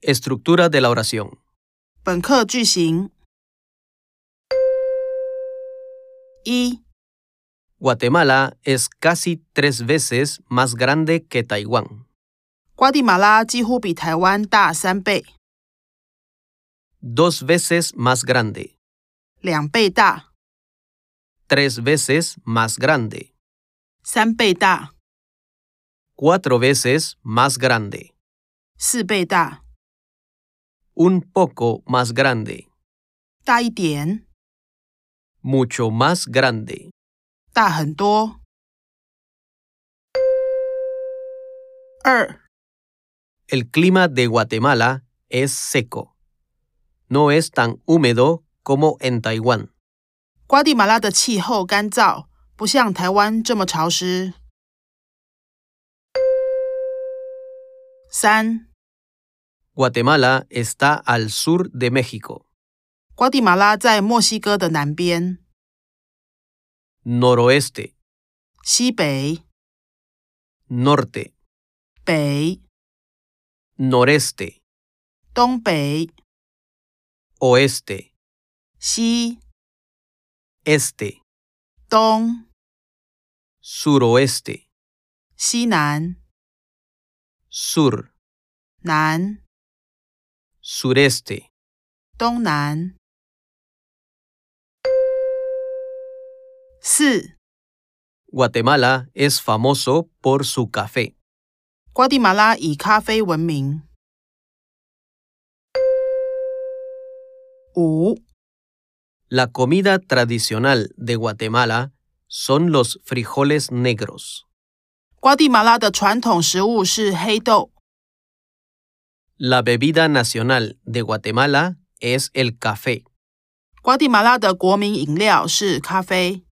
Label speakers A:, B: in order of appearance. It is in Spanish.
A: Estructura de la oración.
B: 本课句型：一、
A: Guatemala es casi tres veces más grande que Taiwán.
B: 瓜地马拉几乎比台湾大三倍、
A: Dos veces más grande.
B: 两倍大、
A: Tres veces más grande.
B: 三倍大、
A: Cuatro veces más grande.
B: 四倍大、
A: Un poco más grande.
B: 大一点、
A: Mucho más grande.
B: 大很多。二、
A: El clima de Guatemala es seco. No es tan húmedo como en Taiwán.
B: 瓜地马拉的气候干燥，不像台湾这么潮湿。三、
A: Guatemala está al sur de México,
B: 瓜地马拉在墨西哥的南边、
A: noroeste,
B: 西北、
A: norte,
B: 北、
A: noreste,
B: 东北、
A: oeste,
B: 西、
A: este,
B: 东、
A: suroeste,
B: 西南、
A: sur,
B: 南、
A: sureste.
B: 东南。四、
A: Guatemala es famoso por su café.
B: 瓜地马拉以咖啡闻名。五、
A: La comida tradicional de Guatemala son los frijoles negros.
B: 瓜地马拉的传统食物是黑豆，
A: La bebida nacional de Guatemala es el café.
B: 瓜地马拉的国民饮料是咖啡。